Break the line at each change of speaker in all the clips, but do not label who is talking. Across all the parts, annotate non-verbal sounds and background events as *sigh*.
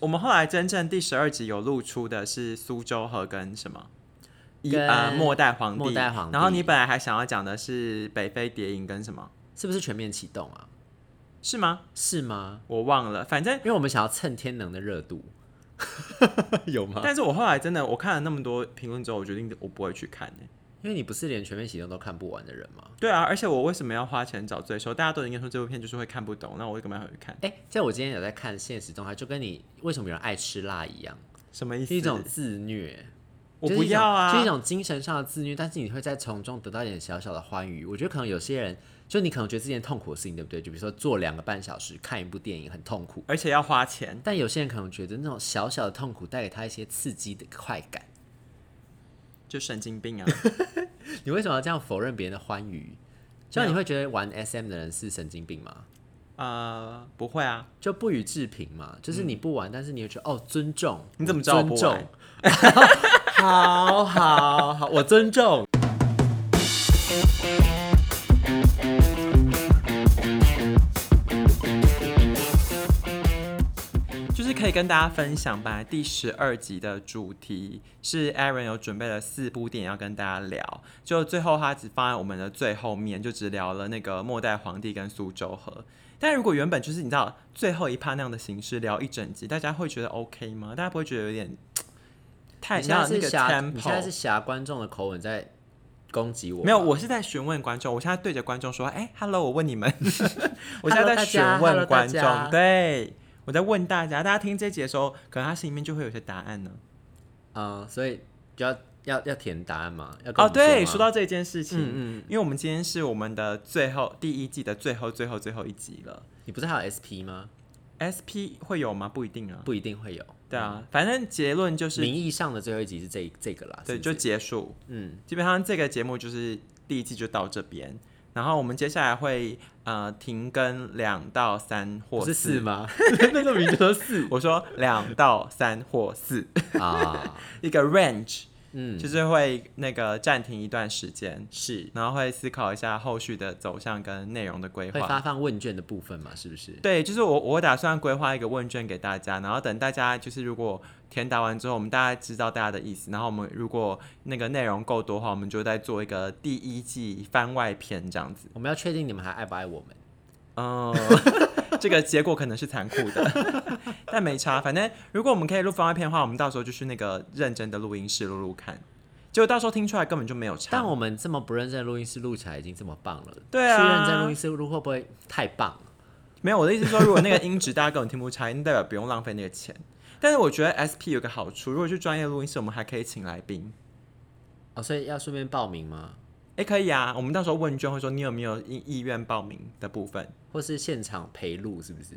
我们后来真正第十二集有露出的是苏州河跟什么？一
跟
呃，末代皇帝。
末代皇帝
然后你本来还想要讲的是北非谍影跟什么？
是不是全面启动啊？
是吗？
是吗？
我忘了，反正。
因为我们想要蹭天能的
*laughs*
热度，有吗？
但是我后来真的，我看了那么多评论之后，我决定我不会去看、欸、
因为你不是连全面启动都看不完的人吗？
对啊，而且我为什么要花钱找罪受？大家都已经说这部片就是会看不懂，那我干嘛要去看？
哎、在我今天有在看现实动态，就跟你为什么有人爱吃辣一样，
什么意思？
是一种自虐。
我
就是
不
一种
要啊！
就是一种精神上的自虐，但是你会在从中得到一点小小的欢愉。我觉得可能有些人，就你可能觉得这件痛苦的事情，对不对？就比如说坐两个半小时看一部电影很痛苦，
而且要花钱。
但有些人可能觉得那种小小的痛苦带给他一些刺激的快感。
就神经病啊！ *laughs*
你为什么要这样否认别人的欢愉？像你会觉得玩 SM 的人是神经病吗？
呃，不会啊，
就不予置评嘛，就是你不玩，但是你又觉得哦尊重，
嗯你怎么知道我
尊
不
重？
玩 *laughs*
好好好，我尊重。
就是可以跟大家分享吧。第十二集的主题是 Aaron 有准备了四部电影要跟大家聊，就最后他只放在我们的最后面，就只聊了那个末代皇帝跟苏州河。但如果原本就是你知道最后一趴那样的形式聊一整集，大家会觉得 OK 吗？大家不会觉得有点太
你现在
像那
是
个
挟，你现在是
tempo？
挟观众的口吻在攻击我吗？
没有，我是在询问观众，我现在对着观众说：“哎、h e l l o 我问你们。” *laughs* 我现
Hello，
在
大
在
家
询问
Hello，
观
大
众
家，
对，我在问大家，大家听这集的时候，可能他心里面就会有些答案呢。
嗯，所以就要要要填答案嘛，要跟
哦，
我们吗
对，说到这件事情，
嗯
嗯因为我们今天是我们的最后第一季的最后最后最后一集了
你不是还有 SP 吗？
，SP 会有吗？不一定啊。
不一定会有，
对啊，反正结论就是，
名义上的最后一集是这这个啦，
对，
是不
就是结束。
嗯，
基本上这个节目就是第一季就到这边，然后我们接下来会呃停更两到三
不
或
是四
四。 *laughs*
吗？那个名字都是
我说两到三或四，
*laughs* 啊，
一个 range，
嗯，
就是会那个暂停一段时间，
是
然后会思考一下后续的走向跟内容的规
会
划。
发放问卷的部分嘛，是不是？
对，就是我我打算规划一个问卷给大家，然后等大家就是如果填答完之后，我们大概知道大家的意思，然后我们如果那个内容够多的话，我们就再做一个第一季番外篇这样子。
我们要确定你们还爱不爱我们。
嗯， *laughs* 这个结果可能是残酷的， *laughs* 但没差，反正如果我们可以录番外篇的话，我们到时候就去那个认真的录音室录录看，结果到时候听出来根本就没有差。
但我们这么不认真的录音室录起来已经这么棒了，
对啊
去认真录音室录会不会太棒了？
没有，我的意思是说，如果那个音质大家根本听不出来，那代表不用浪费那个钱。但是我觉得 SP 有个好处，如果去专业录音室，我们还可以请来宾。
哦，所以要顺便报名吗？
哎、可以啊，我们到时候问卷会说你有没有意意愿报名的部分，
或是现场陪录是不是？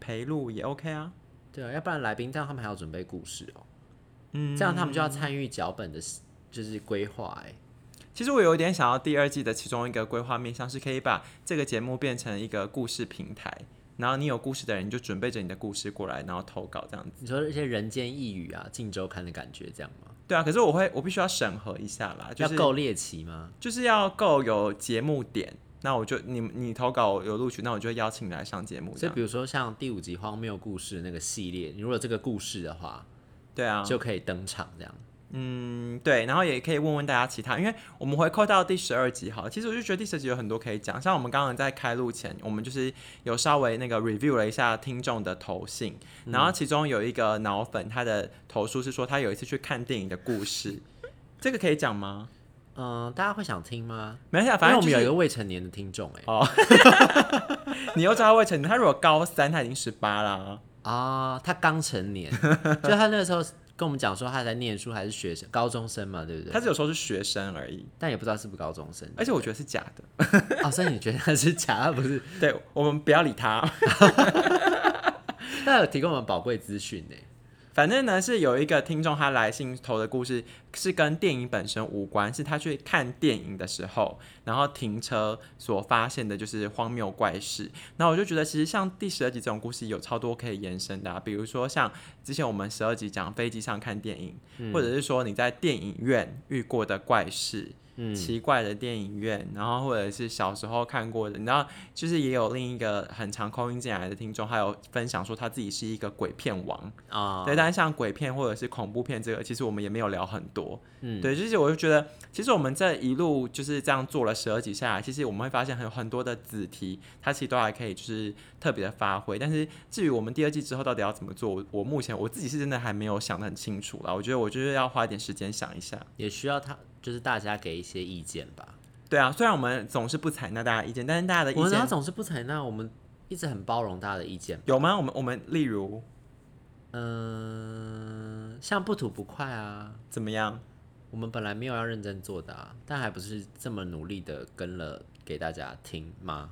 陪录也 OK 啊。
对啊，要不然来宾，但他们还要准备故事哦。嗯，这样他们就要参与脚本的，就是规划哎。
其实我有一点想要第二季的其中一个规划面向是可以把这个节目变成一个故事平台，然后你有故事的人你就准备着你的故事过来，然后投稿这样子。
你说一些人间一语啊，《镜周刊》的感觉这样吗？
对啊，可是我会我必须要审核一下啦，啊就是
要够猎奇吗？
就是要够有节目点。那我就你你投稿有录取，那我就会邀请你来上节目这
所以
样。
比如说像第五集《荒谬故事》那个系列，你如果有这个故事的话，
对啊，
就可以登场这样。
嗯，对，然后也可以问问大家其他，因为我们回扣到第十二集好了，其实我就觉得第十集有很多可以讲，像我们刚刚在开录前，我们就是有稍微那个 review 了一下听众的投信，然后
嗯
其中有一个脑粉他的投诉是说他有一次去看电影的故事，这个可以讲吗？
嗯、大家会想听吗？
没关系啊，
因
反
为
正
我
就
们
是
有一个未成年的听众哎、
你又知道他未成年，他如果高三他已经十八啦，
啊，他刚成 *laughs* 年，就他那个时候跟我们讲说他在念书还是学生，高中生嘛，对不对？
他只有说是学生而已，
但也不知道是不是高中生，
而且我觉得是假的，
哦，所以你觉得他是假，他不是？
对我们不要理他。
他有提供我们宝贵资讯呢。欸
反正呢，是有一个听众他来信投的故事，是跟电影本身无关，是他去看电影的时候，然后停车所发现的就是荒谬怪事。然后我就觉得，其实像第十二集这种故事有超多可以延伸的、啊，比如说像之前我们十二集讲飞机上看电影，或者是说你在电影院遇过的怪事。
嗯
奇怪的电影院，然后或者是小时候看过的，你知道，就是也有另一个很常扣音进来的听众，他有分享说他自己是一个鬼片王，
啊，
对，但是像鬼片或者是恐怖片这个，其实我们也没有聊很多。
嗯
对，就是我就觉得，其实我们这一路就是这样做了十二集下来，其实我们会发现很有很多的子题，它其实都还可以就是特别的发挥。但是至于我们第二季之后到底要怎么做，我我目前我自己是真的还没有想得很清楚啦。我觉得我就是要花一点时间想一下。
也需要他就是大家给一些意见吧。
对啊，虽然我们总是不采纳大家意见，但是大家的
我
意
们
见
总是不采纳，我们一直很包容大家的意见。
有吗？我们我们例如
嗯、像不吐不快啊，
怎么样？
我们本来没有要认真做的啊，但还不是这么努力的跟了给大家听吗？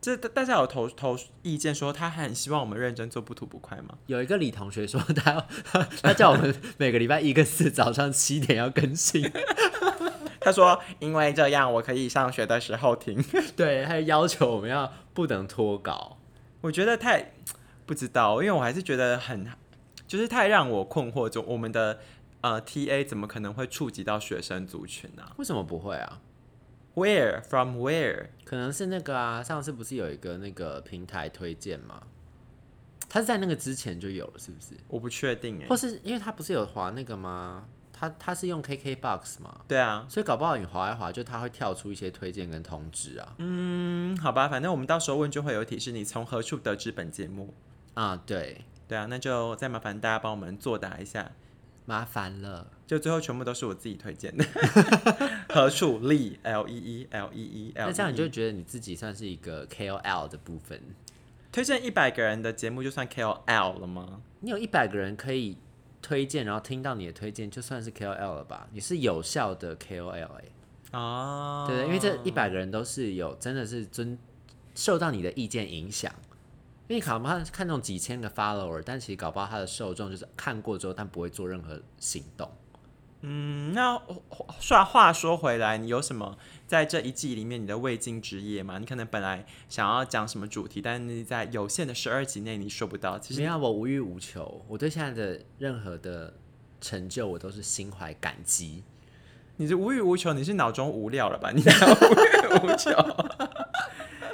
这大大家有投投意见说他很希望我们认真做不吐不快吗？
有一个李同学说他 *laughs* 要他叫我们每个礼拜一跟四早上七点要更新， *laughs*
他说：“因为这样，我可以上学的时候听。
对，他要求我们要不能脱稿。”
我觉得太不知道，因为我还是觉得很，就是太让我困惑中。我们的呃 TA 怎么可能会触及到学生族群呢、
为什么不会啊？
w h e r e from where？
可能是那个啊，上次不是有一个那个平台推荐吗？他是在那个之前就有了，是不是？
我不确定哎、
或是因为他不是有滑那个吗？他他是用 KKBox 嘛，
对啊，
所以搞不好你滑一滑，就他会跳出一些推荐跟通知啊。
嗯，好吧，反正我们到时候问卷会有提示你从何处得知本节目。
啊，对，
对啊，那就再麻烦大家帮我们作答一下。
麻烦了。
就最后全部都是我自己推荐的， *laughs* 何处立 L E E L E E L，
那这样你就觉得你自己算是一个 KOL 的部分。
推荐一百个人的节目就算 KOL 了吗？
你有一百个人可以推荐，然后听到你的推荐，就算是 KOL 了吧？你是有效的 KOL 哎、
哦，
对，因为这一百个人都是有真的是尊受到你的意见影响，因为你搞不好看那种几千个 follower，但其实搞不好他的受众就是看过之后，但不会做任何行动。
嗯，那话话说回来，你有什么在这一季里面你的未尽之业吗？你可能本来想要讲什么主题，但是你在有限的十二集内你说不到。其
没
实
有，我无欲无求，我对现在的任何的成就，我都是心怀感激。
你是无欲无求，你是脑中无料了吧？你哪有 *laughs* 无欲无求，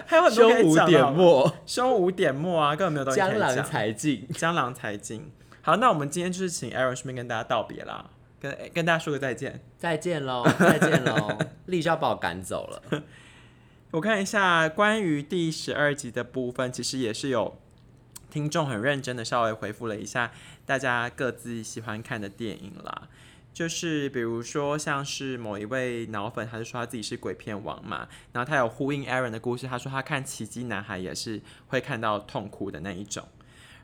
还有很多可以讲的好吗，
末，
胸无点墨啊，根本没有东西可
江
以
郎
讲。
才尽。
江郎才尽。好，那我们今天就是请 Aaron 顺便跟大家道别啦，跟跟大家说个再见。
再见喽， *laughs* 再见喽，丽就要把我赶走
*laughs*
了。
我看一下关于第十二集的部分，其实也是有听众很认真的稍微回复了一下大家各自喜欢看的电影啦。就是比如说，像是某一位脑粉，他就说他自己是鬼片王嘛，然后他有呼应 Aaron 的故事，他说他看《奇迹男孩》也是会看到痛哭的那一种。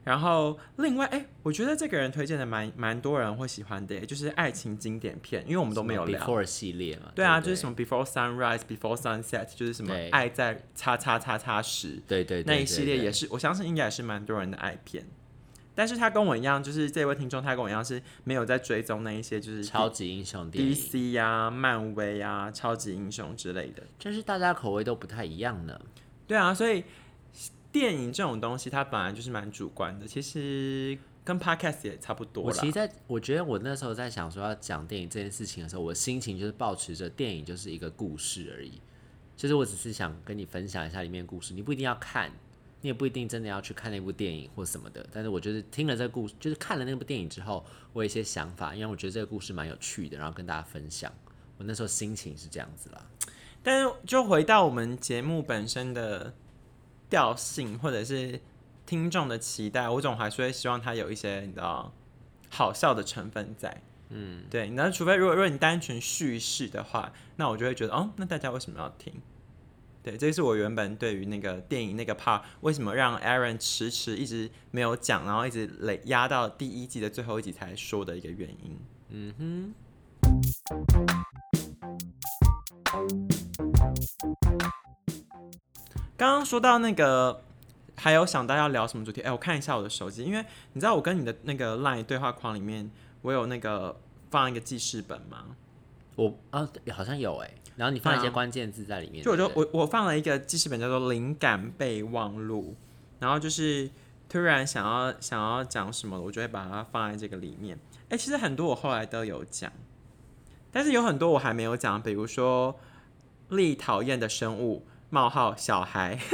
然后另外，哎、我觉得这个人推荐的蛮蛮多人会喜欢的耶，就是爱情经典片，因为我
我
们都没有聊。
Before 系列嘛？
对啊，
不
就是什么 Before Sunrise、Before Sunset，就是什么
对
爱在叉叉叉叉时
对对对
那一
对
系列
对
也是，我相信应该也是蛮多人的爱片。但是他跟我一样，就是这位听众，他跟我一样是没有在追踪那一些就是
超级英雄电影，
DC 呀、啊漫威呀、超级英雄之类的。
真是大家口味都不太一样呢。
对啊，所以电影这种东西，它本来就是蛮主观的，其实跟 Podcast 也差不多
我其实
啦。
在，我觉得我那时候在想说要讲电影这件事情的时候，我心情就是保持着电影就是一个故事而已，就是我只是想跟你分享一下里面的故事，你不一定要看，你也不一定真的要去看那部电影或什么的，但是我就是听了这个故事，就是看了那部电影之后，我有一些想法，因为我觉得这个故事蛮有趣的，然后跟大家分享。我那时候心情是这样子啦，
但是就回到我们节目本身的调性，或者是听众的期待，我总还是会希望它有一些你知道好笑的成分在。嗯，对。那除非如果如果你单纯叙事的话，那我就会觉得哦，那大家为什么要听？对，这是我原本对于那个电影那个 part 为什么让 Aaron 迟迟一直没有讲，然后一直累压到第一季的最后一集才说的一个原因。
嗯哼。
刚刚说到那个，还有想到要聊什么主题？哎、我看一下我的手机，因为你知道我跟你的那个 LINE 对话框里面，我有那个放一个记事本吗？
我啊，好像有哎、然后你放一
对
些
啊
关键字在里面，
就我就
对不对
我我放了一个记事本叫做《灵感备忘录》，然后就是突然想要想要讲什么，我就会把它放在这个里面。哎、其实很多我后来都有讲，但是有很多我还没有讲，比如说力讨厌的生物冒号小孩。 *laughs*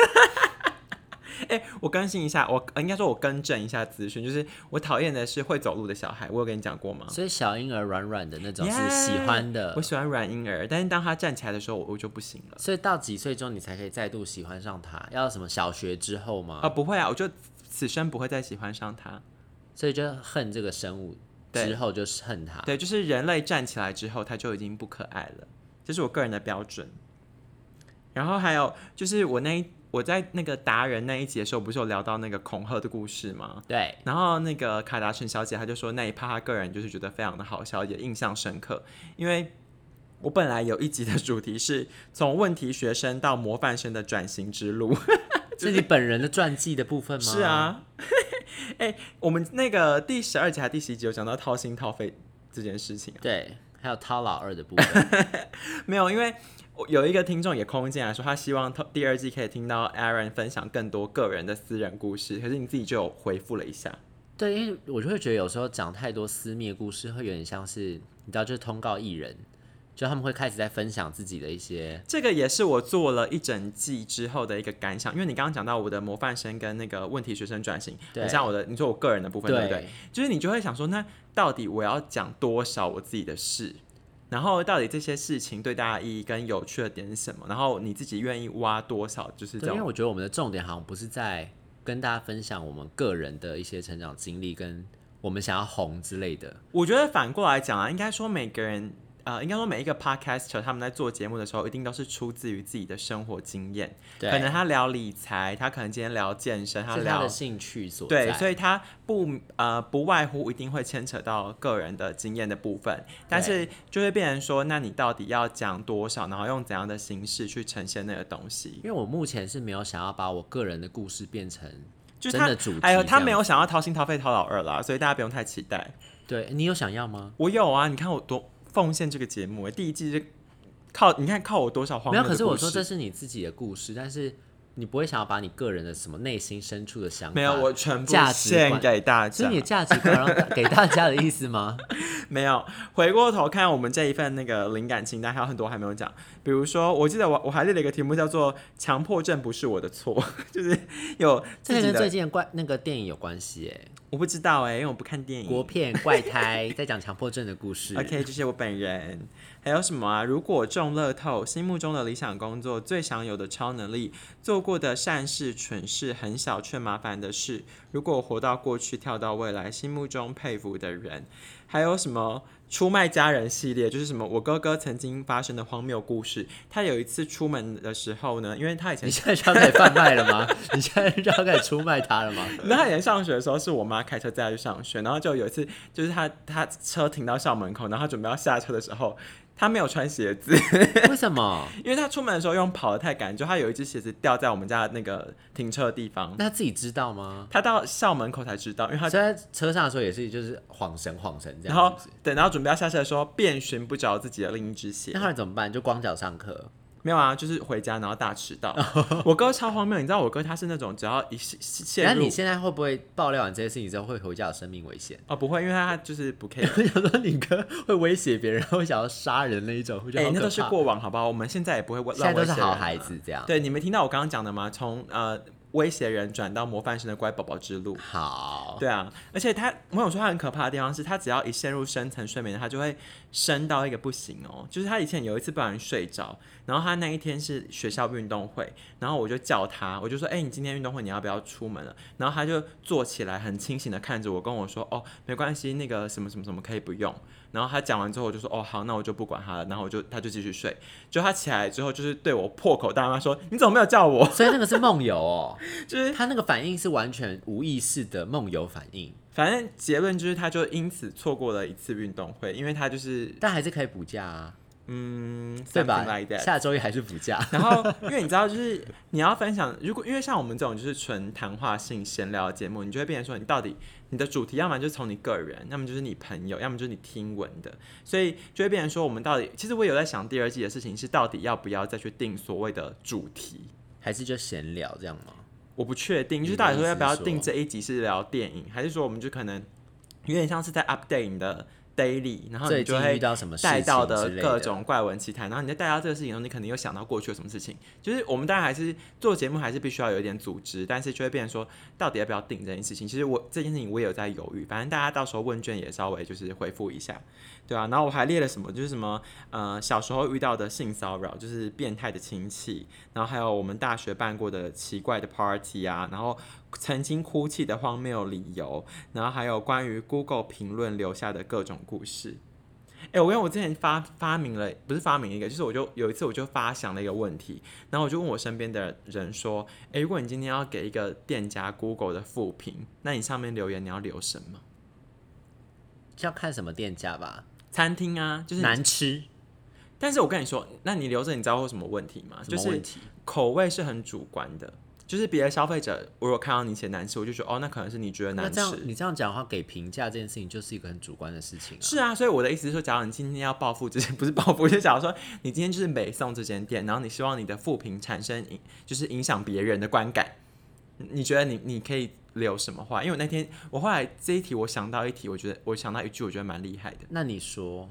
哎、我更新一下，我呃应该说，我更正一下资讯，就是我讨厌的是会走路的小孩，我有跟你讲过吗？
所以小婴儿软软的那种是
Yeah，
喜欢的
我喜欢软婴儿，但是当他站起来的时候，我我就不行了。
所以到几岁之后你才可以再度喜欢上他？要什么小学之后吗？
啊、不会啊，我就此生不会再喜欢上他。
所以就恨这个生物，
对
之后就是恨他。
对，就是人类站起来之后，他就已经不可爱了，这是我个人的标准。然后还有就是我那一我在那个达人那一集的时候，不是有聊到那个恐吓的故事吗？
对，
然后那个卡达什小姐她就说那一趴她个人就是觉得非常的好笑，也印象深刻，因为。我本来有一集的主题是从问题学生到模范生的转型之路，
是你本人的传记的部分吗？
是，啊， *laughs* 哎、我们那个第十二集还是第十一集有讲到掏心掏肺这件事情啊，
对，还有涛老二的部分。
没有，因为我有一个听众也空进来说，他希望他第二季可以听到 Aaron 分享更多个人的私人故事，可是你自己就有回复了一下，
对，因为我就会觉得有时候讲太多私密的故事，会有点像是你知道，就是通告艺人，就他们会开始在分享自己的一些。
这个也是我做了一整季之后的一个感想，因为你刚刚讲到我的模范生跟那个问题学生转型，
对
很像我的，你说我个人的部分对不对？
对
就是你就会想说，那到底我要讲多少我自己的事？然后到底这些事情对大家意义跟有趣的点是什么？然后你自己愿意挖多少？就是这
对，因为
种
我觉得我们的重点好像不是在跟大家分享我们个人的一些成长经历，跟我们想要红之类的。
我觉得反过来讲啊，应该说每个人，呃，应该说每一个 podcaster 他们在做节目的时候，一定都是出自于自己的生活经验。
对，
可能他聊理财，他可能今天聊健身，
这是他
聊
的兴趣所在。
对，所以他不呃不外乎一定会牵扯到个人的经验的部分，但是就会变成说，那你到底要讲多少，然后用怎样的形式去呈现那个东西？
因为我目前是没有想要把我个人的故事变成
就是
真
他
的主题。
哎呦，他没
有，
有想要掏心掏肺掏老二啦，所以大家不用太期待。
对你有想要吗？
我有啊，你看我多奉献这个节目，第一季就靠你看靠我多少荒
没
谬
有，
的
可是
故
我说
事
这是你自己的故事，但是你不会想要把你个人的什么内心深处的想法，
没有，我全部
价值
献
观
给大
所
家
以你。的价值观然后 *laughs* 给大家的意思 *laughs* 吗？
没有，回过头看我们这一份那个灵感清单，还有很多还没有讲。比如说，我记得我我还列了一个题目叫做“强迫症不是我的错”， *laughs* 就是有
这
自
个
己
跟最
的。
近的怪那个电影有关系哎，
我不知道哎、因为我不看电
国
影。
片《怪胎》在讲强迫症的故 *laughs* 事。
OK，这是我本人。还有什么啊？如果中乐透，心目中的理想工作，最想有的超能力，做过的善事、蠢事，很小却麻烦的事。如果活到过去，跳到未来，心目中佩服的人，还有什么出卖家人系列，就是什么我哥哥曾经发生的荒谬故事。他有一次出门的时候呢，因为他以前
你现在就要开始贩卖了吗？ *laughs* 你现在就要开始出卖他 *laughs* 了吗？
那他以前上学的时候，是我妈开车载他去上学，然后就有一次，就是他他车停到校门口，然后他准备要下车的时候，他没有穿鞋子，
为什么？
因为他出门的时候用跑的太赶，就他有一只鞋子掉在我们家的那个停车的地方，
那他自己知道吗？
他到校门口才知道，因为
他
他
在车上的时候也是就是晃神晃神这
然
样。
后
是不是
等到准备要下车的时候，便寻不着自己的另一只鞋
那，后来怎么办？就光脚上课。
没有啊，就是回家然后大迟 *laughs* 到。我哥超荒谬，你知道我哥他是那种只要一陷
那
陷入
你现在会不会爆料完这些事情之后会回家有生命危险？
哦不会，因为他就是不 *laughs* care。
*laughs* 我想说你哥会威胁别人，会想要杀人那一种，会觉
哎、
得好
那
可
都是
怕。
过往，好不好？我们现在也不会乱
现在都是
威胁人
好
啊
孩子这样。
对，你没听到我刚刚讲的吗？从呃威胁人转到模范生的乖宝宝之路。
好，
对啊，而且他，我想说他很可怕的地方是，他只要一陷入深层睡眠，他就会深到一个不行哦。就是他以前有一次不小心睡着，然后他那一天是学校运动会，然后我就叫他，我就说：“哎、你今天运动会你要不要出门了？”然后他就坐起来，很清醒的看着我，跟我说：“哦，没关系，那个什么什么什么可以不用。”然后他讲完之后，我就说：“哦，好，那我就不管他了。”然后我就他就继续睡。就他起来之后，就是对我破口大骂说：“你怎么没有叫我 *laughs*
所以那个是梦游哦，？”
*laughs* 就是
他那个反应是完全无意识的梦游反应，
反正结论就是，他就因此错过了一次运动会，因为他就是
但还是可以补假啊。
嗯，
对吧
something like that
下周一还是补假，
然后，因为你知道，就是你要分享，如果因为像我们这种就是纯谈话性闲聊的节目，你就会变成说，你到底你的主题，要么就是从你个人，要么就是你朋友，要么就是你听闻的，所以就会变成说，我们到底，其实我有在想第二季的事情是，到底要不要再去定所谓的主题。
还是就闲聊这样吗？
我不确定，
你
就是到底
的意
说
思
要不要
是
定
说
这一集是聊电影，还是说我们就可能有点像是在 update 你的 daily，然后你
最
就
近
会
遇到什么事
带
情
到
之
的
类
各种怪闻奇谈，然后你在带到这个事情中，你可能又想到过去有什么事情。就是我们当然还是做节目，还是必须要有一点组织，但是就会变成说，到底要不要定这件事情？其实我这件事情我也有在犹豫，反正大家到时候问卷也稍微就是回复一下，对啊。然后我还列了什么，就是什么呃小时候遇到的性骚扰，就是变态的亲戚，然后还有我们大学办过的奇怪的 party 啊，然后曾经哭泣的荒谬理由，然后还有关于 Google 评论留下的各种故事。哎、我跟我之前发发明了，不是发明一个，就是我就有一次我就发想了一个问题，然后我就问我身边的人说，哎、如果你今天要给一个店家 Google 的负评，那你上面留言你要留什么？
要看什么店家吧，
餐厅啊，就是你
难吃
但是我跟你说，那你留着，你知道会有什么问题吗？
什
就
么
是
问题？
口味是很主观的，就是别的消费者如果看到你写难吃，我就说哦，那可能是你觉得
那
难
这样
吃。
你这样讲的话，给评价这件事情就是一个很主观的事情啊。
是啊，所以我的意思是说，假如你今天要报复这些， *laughs* 不是报复，就假如说你今天就是北宋这间店，然后你希望你的负评产生影，就是影响别人的观感，你你觉得你你可以留什么话？因为我那天我后来这一题我想到一题，我觉得我想到一句，我觉得蛮厉害的。
那你说，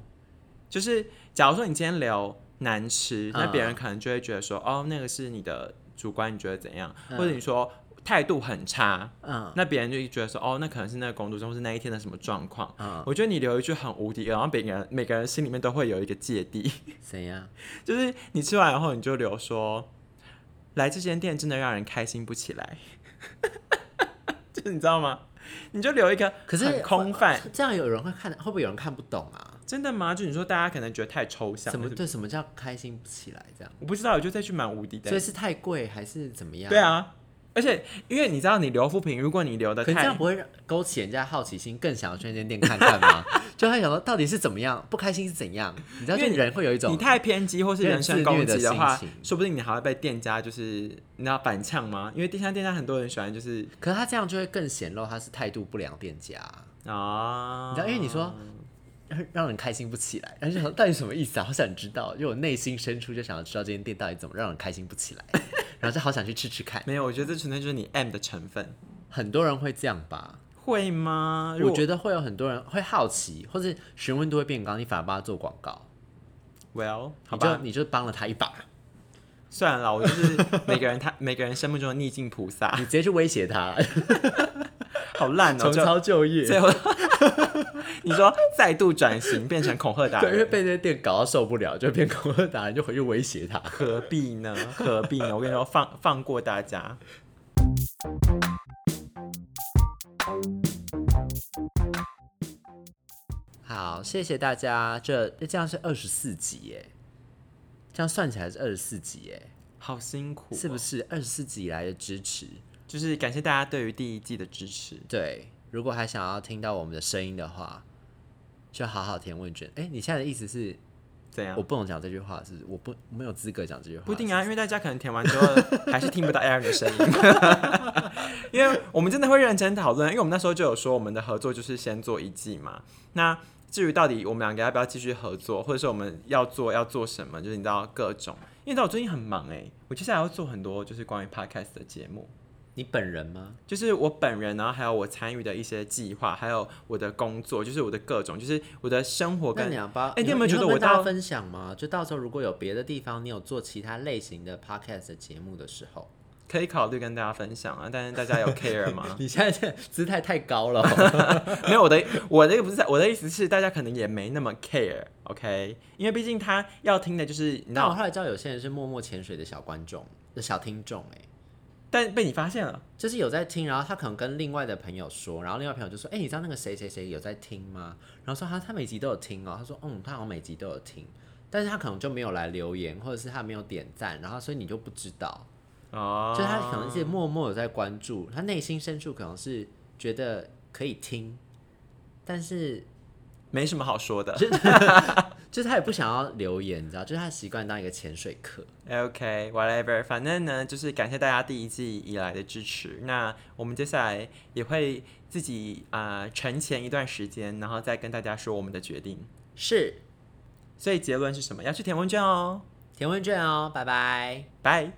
就是假如说你今天聊难吃
嗯，
那别人可能就会觉得说，哦，那个是你的主观，你觉得怎样？
嗯
或者你说态度很差，
嗯
那别人就会觉得说，哦，那可能是那个工作中是那一天的什么状况。
嗯，
我觉得你留一句很无敌，然后每个人每个人心里面都会有一个芥蒂， *laughs*
怎样？
就是你吃完以后你就留说，来这间店真的让人开心不起来， *laughs* 就是你知道吗？你就留一个
可是
很空泛，
这样有人会看，会不会有人看不懂啊？
真的吗？就你说大家可能觉得太抽象，
什么
是不是
对什么叫开心不起来这样？
我不知道，我就再去蛮无敌的
所以。是太贵还是怎么样？
对，啊，而且因为你知道，你留负评，如果你留的
可是这
太
样不会让勾起人家好奇心，更想要去那间店看看吗？ *laughs* 就会想说到底是怎么样，不开心是怎样？你知道，
因
就
为你
人会有一
你
种
太偏激或是人身攻击的
有点
话
自虐的心，情
说不定你还会被店家就是你知道反呛吗？因为店家店家很多人喜欢就是
可是他这样就会更显露他是态度不良店家啊、
啊，
你知道因为你说让让人开心不起来，然后就想到底什么意思啊？好想知道，因为我内心深处就想要知道这间店到底怎么让人开心不起来，然后就好想去吃吃看。
没有，我觉得这纯粹就是你 M 的成分，
很多人会这样
*laughs*
吧？
会吗？
我觉
得
得会有很多人会好奇，或是询问度会变高，你反而帮他做广告，
，Well，好
你就
吧，
你就帮了他一把，
算了啦，我就是每个人他 *laughs* 每个人生命中的逆境菩萨
你，直接去威胁
*laughs*
他，
好烂哦，
重
就
操旧
最
业。
后 *laughs* 你说再度转型变成恐吓达
对，因为
人，
被那些店搞到受不了，就变恐吓达人，就回去威胁他。
何必呢？何必呢？我跟你说，放放过大家。
好，谢谢大家，这这样是二十四集耶，这样算起来是二十四集耶。
好辛苦哦、
是不是二十四集以来的支持？
就是感谢大家对于第一季的支持。
对，如果还想要听到我们的声音的话，就好好填问卷。哎、你现在的意思是
怎样
我？不能讲这句话，是不是我不没有资格讲这句话？
啊不一定
啊，
啊，因为大家可能填完之后还是听不到 Aaron 的声音， *laughs* 因为我们真的会认真讨论，因为我们那时候就有说我们的合作就是先做一季嘛。那至于到底我们两个要不要继续合作，或者是我们要做要做什么，就是你知道各种，因为你知道我最近很忙哎、我接下来要做很多就是关于 podcast 的节目，
你本人吗？
就是我本人，然后还有我参与的一些计划，还有我的工作，就是我的各种，就是我的生活
那
跟
你要帮？
哎你有没有
你
觉得我
会跟大家
到
分享吗？就到时候如果有别的地方你有做其他类型的 podcast 的节目的时候，？
可以考虑跟大家分享啊，但是大家有 care 吗
*laughs* 你现在这姿态太高了哦、
*laughs* 没有，我的我的不是我的意思是，大家可能也没那么 care，OK？、因为毕竟他要听的就是你知
那我
道，
后来知道有些人是默默潜水的小观众、小听众、哎。
但被你发现了，
就是有在听，然后他可能跟另外的朋友说，然后另外朋友就说：“哎、你知道那个谁谁谁有在听吗？”然后说：“他他每集都有听哦。”他说：“嗯，他好像每集都有听，但是他可能就没有来留言，或者是他没有点赞，然后所以你就不知道，
哦，
就是他可能是默默有在关注，他内心深处可能是觉得可以听，但是
没什么好说的。
就是他也不想要留言，你知道，就是他习惯当一个潜水客。
OK，whatever，、反正呢，就是感谢大家第一季以来的支持。那我们接下来也会自己啊、呃沉潜一段时间，然后再跟大家说我们的决定。
是
所以结论是什么？要去填问卷哦，
填问卷哦，拜拜。
拜。